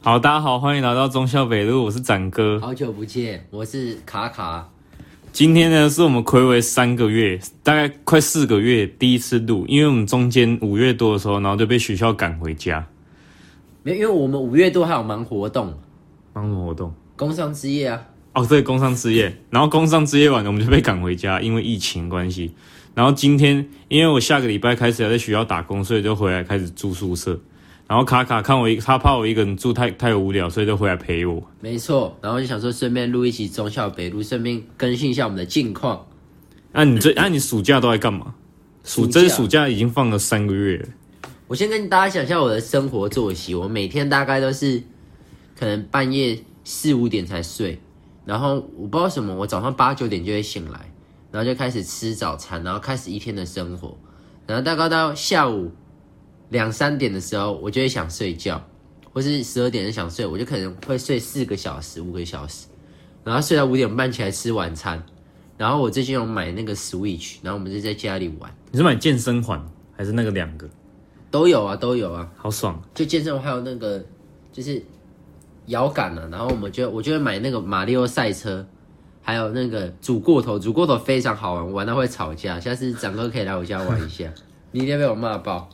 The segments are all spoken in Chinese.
好，大家好，欢迎来到忠孝北路，我是展哥。好久不见，我是卡卡。今天呢，是我们暌违三个月，大概快四个月第一次录，因为我们中间五月多的时候，然后就被学校赶回家，没有，因为我们五月多还有忙活动，忙什么活动？工商之夜啊。哦，对，工商之夜，然后工商之夜晚我们就被赶回家，因为疫情关系。然后今天，因为我下个礼拜开始要在学校打工，所以就回来开始住宿舍。然后卡卡看我一，他怕我一个人住太太无聊，所以就回来陪我。没错，然后就想说顺便录一期忠孝北路，顺便更新一下我们的近况。那、你这，那、你暑假都在干嘛？暑暑这假暑假已经放了三个月了。我先跟大家讲一下我的生活作息，我每天大概都是可能半夜四五点才睡，然后我不知道什么，我早上八九点就会醒来，然后就开始吃早餐，然后开始一天的生活，然后大概到下午两三点的时候，我就会想睡觉，或是十二点就想睡，我就可能会睡四个小时、五个小时，然后睡到五点半起来吃晚餐，然后我最近有买那个 Switch，然后我们就在家里玩，你是买健身环还是那个两个？都有啊，都有啊。好爽！就健身环还有那个就是摇杆啊，然后我们就我就会买那个马里奥赛车，还有那个煮过头，煮过头非常好玩，玩到会吵架。下次展哥可以来我家玩一下，你一定被我骂爆。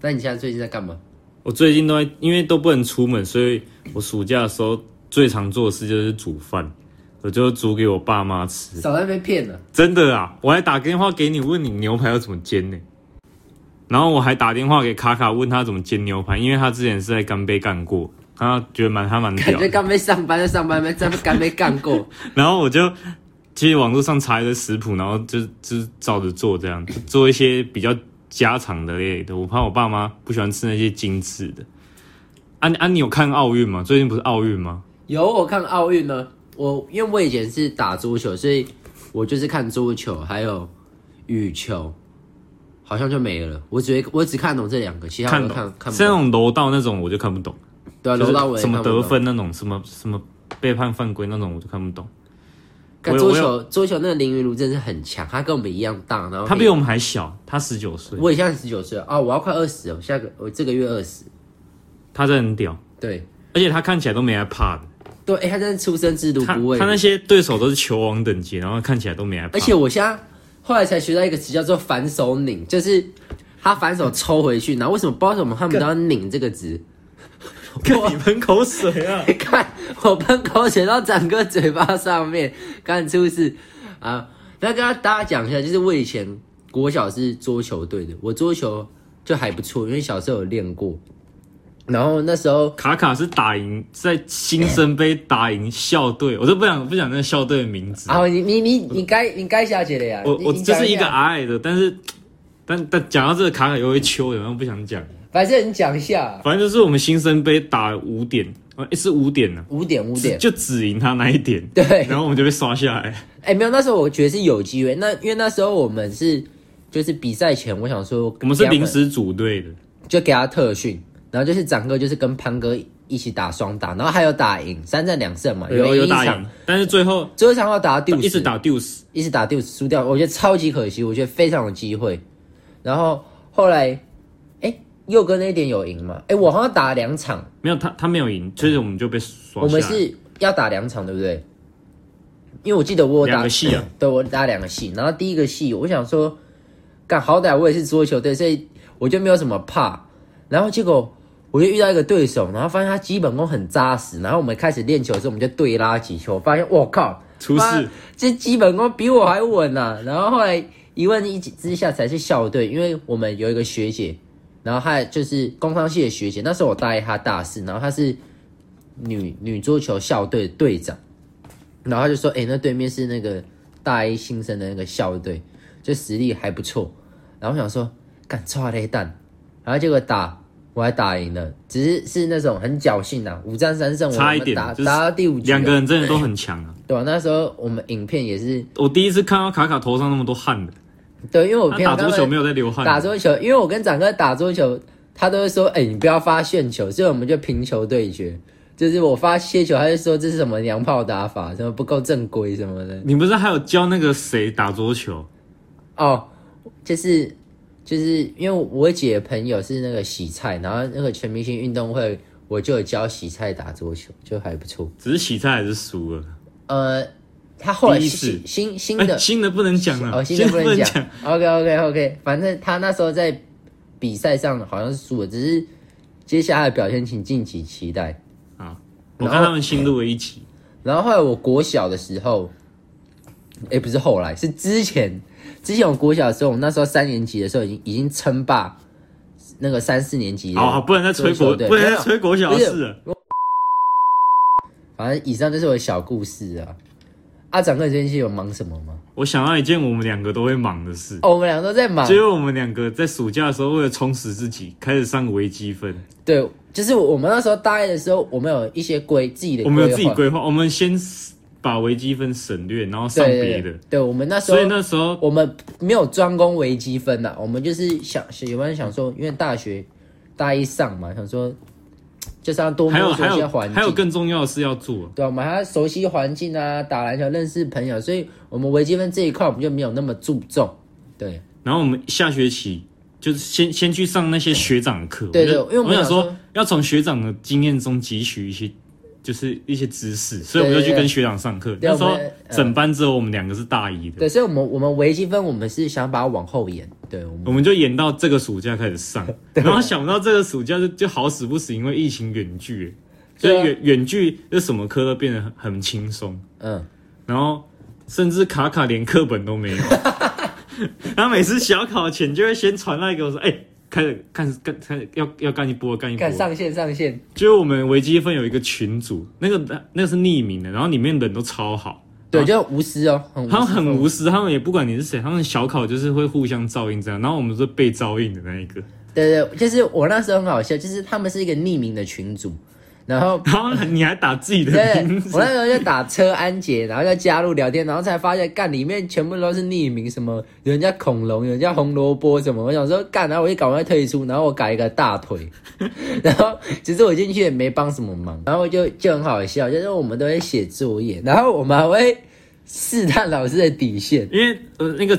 那你现在最近在干嘛？我最近都在，因为都不能出门，所以我暑假的时候最常做的事就是煮饭，我就煮给我爸妈吃。少在那边骗了，真的啊，我还打电话给你问你牛排要怎么煎呢、然后我还打电话给卡卡问他怎么煎牛排，因为他之前是在干杯干过，他觉得蛮他蛮感屌的觉。刚没上班，在上班没在刚没干过。然后我就其实网络上查一个食谱，然后就就照着做，这样做一些比较家常的类的。我怕我爸妈不喜欢吃那些精致的。啊你啊，你有看奥运吗？最近不是奥运吗？有我看奥运呢，我因为我以前是打桌球，所以我就是看桌球还有羽球，好像就没了。我只会我只看懂这两个，其他看我都懂看，看不是那懂。种柔道那种我就看不懂，对啊，就是柔道我也什么看不懂得，分那种，什么什么背叛犯规那种我就看不懂。看我桌我有球桌球那个林云儒真的是很强，他跟我们一样大，然后他可以比我们还小，他十九岁，哦我也现在十九岁了啊，我要快二十了，我下个我这个月二十，他真的很屌，对而且他看起来都没害怕的。对，哎、他真的出生之犊他不畏他。那些对手都是球王等级，然后看起来都没害怕。而且我现在后来才学到一个词叫做反手拧，就是他反手抽回去，然后为什么不知道为什么他们都要拧这个字？看你喷口水啊！ 看我喷口水到整个嘴巴上面，干出事啊！那跟大家讲一下，就是我以前国小是桌球队的，我桌球就还不错，因为小时候有练过。然后那时候卡卡是打赢在新生杯打赢校队， 我都不想不想那个校队的名字。啊，你你你你该你该下去了呀！我啊你我你就是讲一下个啊矮矮的，但是但但讲到这个卡卡又会秋，然后不想讲。反正你讲一下，反正就是我们新生杯打五点，啊、诶是五点呢、五点五只点。就只赢他那一点，对，然后我们就被刷下来。哎、没有，那时候我觉得是有机会。那因为那时候我们是就是比赛前，我想说我们是给他临时组队 的，就给他特训，然后就是展哥就是跟潘哥一起打双打，然后还有打赢三战两胜嘛，有赢有一打场赢，，但是最后最后一场要打到第五一直打 deuce，一直打第五十输掉，我觉得超级可惜，我觉得非常有机会。然后后来，哎、佑哥那一点有赢吗？哎、我好像打了两场，没有他他没有赢，所以我们就被刷下来。我们是要打两场，对不对？因为我记得我有打两个戏啊， 对我打两个戏，然后第一个戏我想说，干好歹我也是桌球队，所以我就没有什么怕。然后结果我就遇到一个对手，然后发现他基本功很扎实，然后我们开始练球的时候，我们就对拉几球，发现我靠，出妈事，这基本功比我还稳呐、然后后来一问一之下才是校队，因为我们有一个学姐，然后她就是工商系的学姐，那时候我大一，她大四，然后她是女女桌球校队队长，然后她就说：“哎、那对面是那个大一新生的那个校队，就实力还不错。”然后我想说，干超雷蛋，然后结果打。我还打赢了，只是是那种很侥幸啊，五战三胜，我差一们点打、就是打到第五局啊了，两个人真的都很强啊。对啊，那时候我们影片也是我第一次看到卡卡头上那么多汗的，对，因为我他平常打桌球没哦有有在流汗，打桌球，因为我跟展哥打桌球，他都会说：“哎、你不要发旋球。”所以我们就平球对决，就是我发切球，他就说这是什么娘炮打法，什么不够正规什么的。你不是还有教那个谁打桌球？哦，就是就是因为我姐朋友是那个洗菜，然后那个全明星运动会，我就有教洗菜打桌球，就还不错。只是洗菜还是输了。呃，他后来第一新次新新哎的新的不能讲了，哦，新的不能能讲。OK OK OK，反正他那时候在比赛上好像是输了，只是接下来的表现请敬请期待。啊。我看他们新录了一集，然后后来我国小的时候，哎、不是后来，是之前，之前我国小的时候，我那时候三年级的时候已经已经称霸那个三四年级的好好，不能再吹国，哎桌球队不能没再有吹国小不是事了。反正以上就是我的小故事啊。阿长哥，你最近有忙什么吗？我想到一件我们两个都会忙的事，哦，我们俩都在忙就。是我们两个在暑假的时候，为了充实自己，开始上微积分。对，就是我们那时候大一的时候，我们有一些规自己的我规划，们有自己规划，我们先把微积分省略，然后上对别对的对。，对我们那时候所以那时候我们没有专攻微积分呐、我们就是想有没有想说，因为大学大一上嘛，想说就是要多还有摸索还一些有环境，还有更重要的事要做，对，我们还要熟悉环境啊，打篮球认识朋友，所以我们微积分这一块我们就没有那么注重。对然后我们下学期就是先先去上那些学长课。对我就对因为我我们想想说说要从学长的经验中汲取一些。就是一些知识，所以我们就对对去对跟学长上课。对那时我候们呃整班只有我们两个是大一的，对，所以我们我们微积分我们是想把它往后延，对我们我们就延到这个暑假开始 上，然后想不到这个暑假就就好死不死，因为疫情远距，所以对啊远远距就什么课都变得很很轻松，嗯，然后甚至卡卡连课本都没 有，他每次小考前就会先传来给我说，哎、开始看干看要要干一波干一波看，上线上线，就是我们微积分有一个群组，那个那个是匿名的，然后里面人都超好，对，就无私哦，很无他们私很无私，他们也不管你是谁，他们小考就是会互相照应这样，然后我们是被照应的那一个。对对，就是我那时候很好笑，就是他们是一个匿名的群组，然后然后你还打自己的 对名，我 字，那时候就打车安检，然后再加入聊天，然后才发现干里面全部都是匿名，什么有人叫恐龙，有人叫红萝卜什么。我想说干，然后我就赶快退出，然后我改一个大腿， 然后其实我进去也没帮什么忙，然后就就很好笑，就是我们都会写作业，然后我们还会试探老师的底线。因为呃那个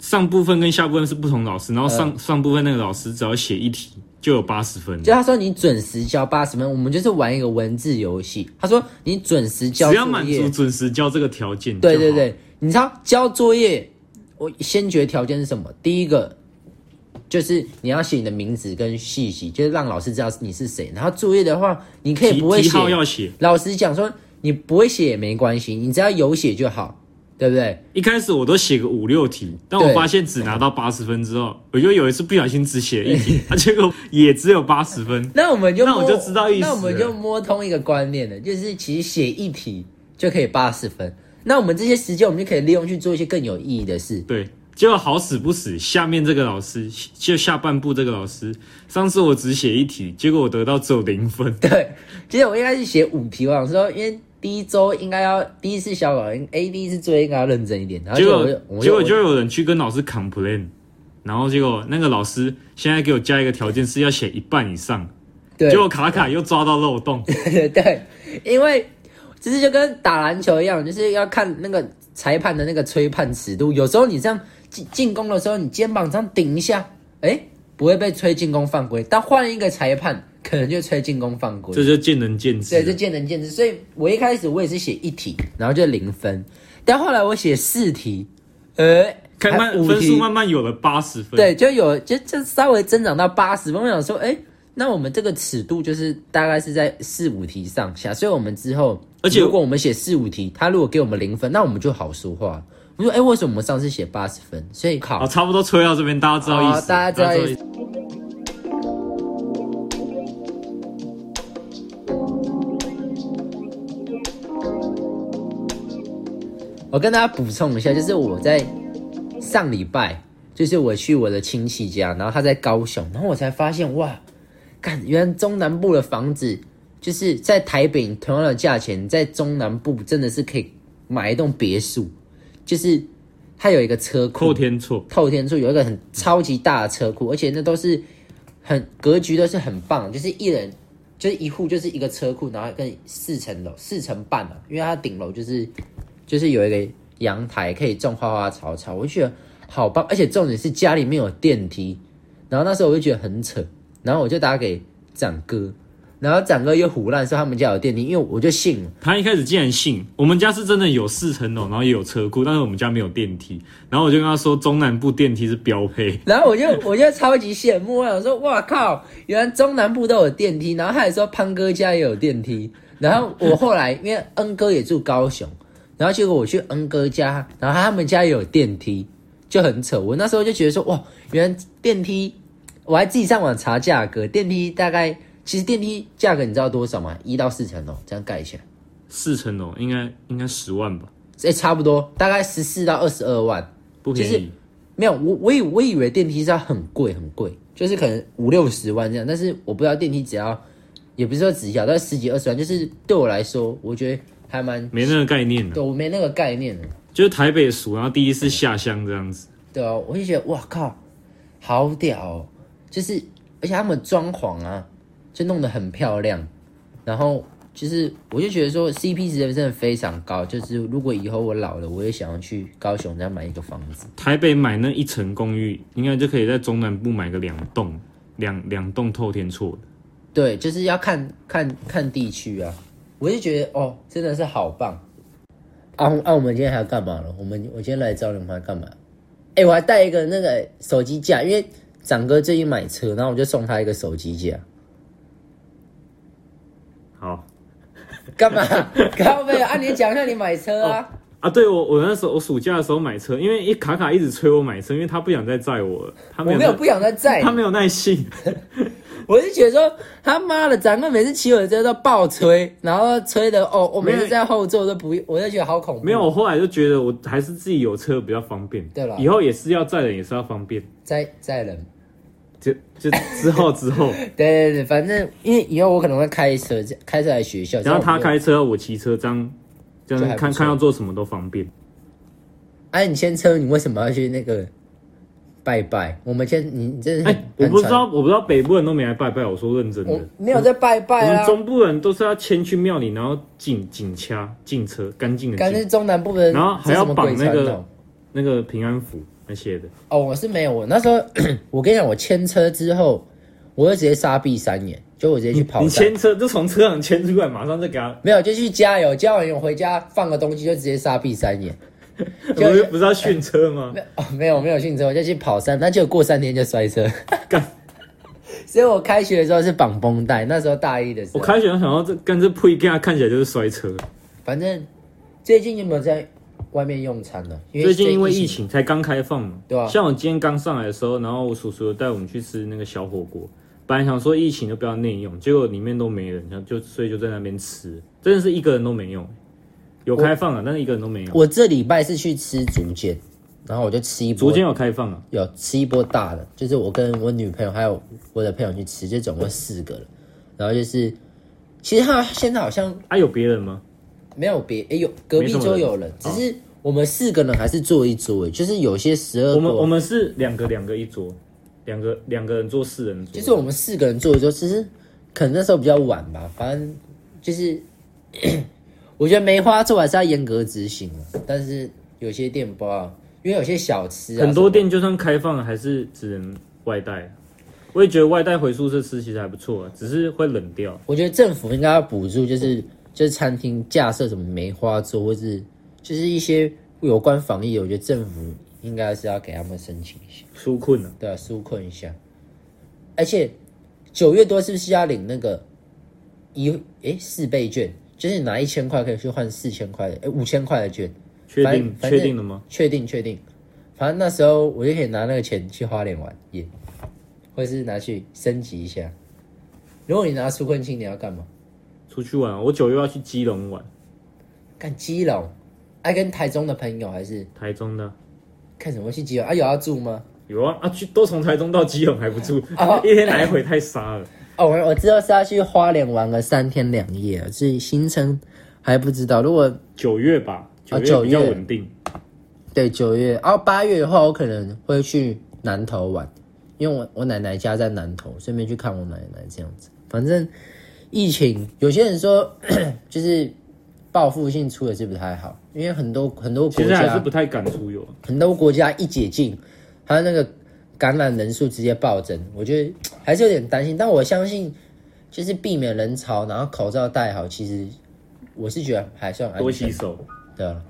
上部分跟下部分是不同老师，然后上、嗯上部分那个老师只要写一题就有八十分，就他说你准时交八十分，我们就是玩一个文字游戏。他说你准时交只要作满业足，准时交这个条件，对对，对，你知道交作业，我先决条件是什么？第一个就是你要写你的名字跟信息，就是让老师知道你是谁。然后作业的话，你可以题不会题写，号要写。老师讲说你不会写也没关系，你只要有写就好，对不对？一开始我都写个五六题，但我对发现只拿到八十分之后，我就有一次不小心只写了一 题，啊，结果也只有八十分。那我们就那我摸就知道意思那我们了就摸通一个观念了，就是其实写一题就可以八十分。那我们这些时间，我们就可以利用去做一些更有意义的事。对，结果好死不死，下面这个老师就下半部这个老师，上次我只写一题，结果我得到只有零分。对，其实我应该是写五题，我想说，因为第一周应该要第一次小考，A 第一次作业应该要认真一点。然后结就果我就我结果就我有人去跟老师 complain，然后结果那个老师现在给我加一个条件是要写一半以上，对结果卡卡又抓到漏洞，对 对，因为其实就跟打篮球一样，就是要看那个裁判的那个吹判尺度。有时候你这样进进攻的时候，你肩膀这样顶一下，哎，不会被吹进攻犯规。但换一个裁判，可能就吹进攻犯规。这就见仁见智对，这了。见仁见智。所以我一开始我也是写一题，然后就零分，但后来我写四题，呃，看还慢五分数题，慢慢有了八十分，对，就有就就稍微增长到八十分。我想说，哎、那我们这个尺度就是大概是在四五题上下，所以我们之后，而且如果我们写四五题，他如果给我们零分，那我们就好说话。我说，哎、为什么我们上次写八十分？所以考好，差不多吹到这边，大家知道意好思，大家知道意思思。我跟大家补充一下，就是我在上礼拜，就是我去我的亲戚家，然后他在高雄，然后我才发现哇，看原来中南部的房子就是在台北同样的价钱，在中南部真的是可以买一栋别墅，就是它有一个车扣库，天错，透天处有一个很超级大的车库，而且那都是很格局都是很棒，就是一人就是一户就是一个车库，然后跟四层楼四层半啊，因为它顶楼就是就是有一个阳台可以种花花草草，我就觉得好棒！而且重点是家里面有电梯，然后那时候我就觉得很扯，然后我就打给展哥，然后展哥又胡乱说他们家有电梯，因为我就信了。他一开始竟然信，我们家是真的有四层楼，然后也有车库，但是我们家没有电梯。然后我就跟他说，中南部电梯是标配。然后我就我就超级羡慕，我想说，哇靠，原来中南部都有电梯。然后他也说潘哥家也有电梯。然后我后来因为恩哥也住高雄，然后结果我去恩哥家，然后他们家也有电梯，就很扯。我那时候就觉得说，哇，原来电梯，我还自己上网查价格，电梯大概其实电梯价格你知道多少吗？一到四层楼哦这样盖起来，四层楼应该应该十万吧，哎、差不多大概十四到二十二万。不便其宜。没有，我我以我以为电梯是要很贵很贵，就是可能五六十万这样，但是我不知道电梯只要，也不是说只要，但十几二十万，就是对我来说，我觉得还蛮，没那个概念了，对我没那个概念的，就是台北熟，然后第一次下乡这样子，对啊，我就觉得哇靠，好屌、哦，就是而且他们装潢啊，就弄得很漂亮，然后就是我就觉得说 CP 值真的非常高，就是如果以后我老了，我也想要去高雄再买一个房子。台北买那一层公寓，应该就可以在中南部买个两栋，两两栋透天厝了。对，就是要看看看地区啊。我就觉得哦，真的是好棒。啊啊，我们今天还要干嘛了？我们我今天来找你们还干嘛？哎、我还带一个那个手机架，因为长哥最近买车，然后我就送他一个手机架。好干 嘛？靠背啊！你讲一下你买车啊？啊，对我我那时候我暑假的时候买车，因为一卡卡一直催我买车，因为他不想再载我了，他没我有没有不想再载他没有耐性。我是觉得说他妈的，长哥每次骑我的车都爆吹，然后吹的哦，我每没次有在后座都不，我就觉得好恐怖。没有，我后来就觉得我还是自己有车比较方便。对啦以后也是要载人，也是要方便。载载人。就就之后之 后，对对对，反正因为以后我可能会开车，开车来学校。然后他这样我开车，我骑车，这样这这还样不看错看要做什么都方便。就，哎、你先车，你为什么要去那个拜拜？我们先，你你真的哎、嗯很我不知，很道我不知道北部人都没来拜拜，我说认真惨的我。没有在拜我拜们啊。中部人都是要牵去庙里，然后进进掐进车，干净的感觉进是中南部的，然后还要这是什么鬼绑那个传统那个平安符那些的。哦，我是没有，我那时候 我跟你讲，我牵车之后，我就直接杀闭三眼，就我直接去跑嗯你山，牵车就从车上牵出来，马上就给 他。没有就去加油，加完油回家放个东西就直接杀闭三眼，我又不是要训车吗？没有、哦、没有没有训车，我就去跑山，那就过三天就摔车。干， 所以我开学的时候是绑绷带，那时候大一的时我候。开学想要这跟这配给他看起来就是摔车。反正最近有没有在外面用餐呢？因最近因为疫，情才刚开放嘛，对啊像我今天刚上来的时候，然后我叔叔有带我们去吃那个小火锅，本来想说疫情就不要内用，结果里面都没人，然后就所以就在那边吃，真的是一个人都没有。有开放啊，但是一个人都没有。我这礼拜是去吃竹间，然后我就吃一波昨，天有开放啊，有吃一波大的，就是我跟我女朋友还有我的朋友去吃，就总共四个人。然后就是，其实他现在好像啊有别人吗？没有别，诶有隔壁没什么桌人有人，只是我们四个人还是坐一桌，诶就是有些十二我们我桌，们是两个两个一桌，两个两个人坐四人桌，就是我们四个人坐一桌，其实可能那时候比较晚吧，反正就是， 我觉得梅花座还是要严格执行啊，但是有些店不知道，因为有些小吃啊，很多店就算开放了，还是只能外带。我也觉得外带回宿舍吃其实还不错啊，只是会冷掉。我觉得政府应该要补助，就是就是餐厅架设什么梅花座，或是就是一些有关防疫，我觉得政府应该是要给他们申请一下，纾困啊，对啊，纾困一下。而且九月多是不是要领那个一诶四倍券？就是你拿一千块可以去换四千块的，诶五千块的券，确反定反确正定了吗？确定确定。反正那时候我就可以拿那个钱去花莲玩，耶、或是拿去升级一下。如果你拿纾困金，你要干嘛？出去玩，我九月要去基隆玩，干基隆，爱、跟台中的朋友还是台中的看什么去基隆？啊，有要住吗？有啊啊，去都从台中到基隆还不住， 哦一天来回太沙了。哦，我我知道是要去花莲玩个三天两夜，啊所以行程还不知道。如果九月吧，九啊月比较九月稳定。对九月，然后八月的话，我可能会去南投玩，因为我我奶奶家在南投，顺便去看我奶奶这样子。反正疫情，有些人说 就是报复性出游是不太好，因为很多很多其国实还是家不太敢出游。很多国家一解禁，还有那个感染人数直接暴增，我觉得还是有点担心。但我相信，就是避免人潮，然后口罩戴好，其实我是觉得还算安多全洗手。的。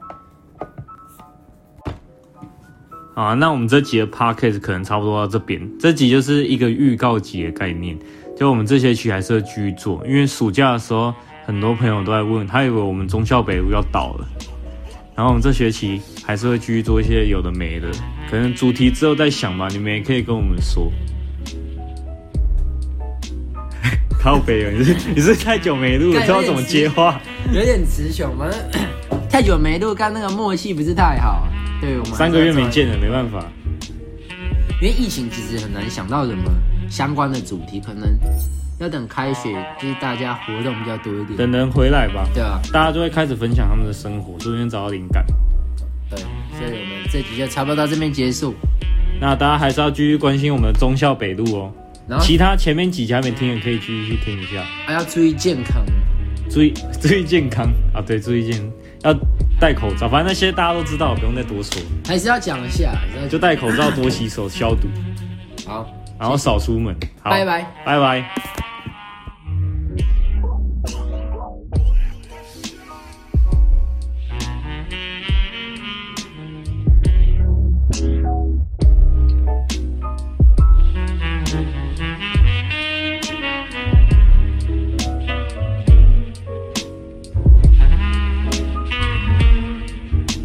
好啊，那我们这集的 podcast 可能差不多到这边，这集就是一个预告集的概念，就我们这学期还是会继续做，因为暑假的时候，很多朋友都在问，他以为我们中校北路要倒了，然后我们这学期还是会继续做一些有的没的，可能主题之后再想吧，你们也可以跟我们说。 靠北哦，你是你是太久没录，了，不知道怎么接话。 有点词穷嘛， 太久没录，刚那个默契不是太好。对我们三个月没，见了，没办法。因为疫情其实很难想到什么相关的主题，可能要等开学，哦就是大家活动比较多一点。等人回来吧，对啊，大家就会开始分享他们的生活，顺便找到灵感。对，所以我们这集就差不多到这边结束。那大家还是要继续关心我们的忠孝北路哦。然后其他前面几家没听的可以继续去听一下，还要注意健康，注意 注意健康啊，对，注意健要戴口罩，反正那些大家都知道，不用再多说，还是要讲一下，还是要就戴口罩、多洗手、消毒，好，然后少出门。好拜拜。拜拜。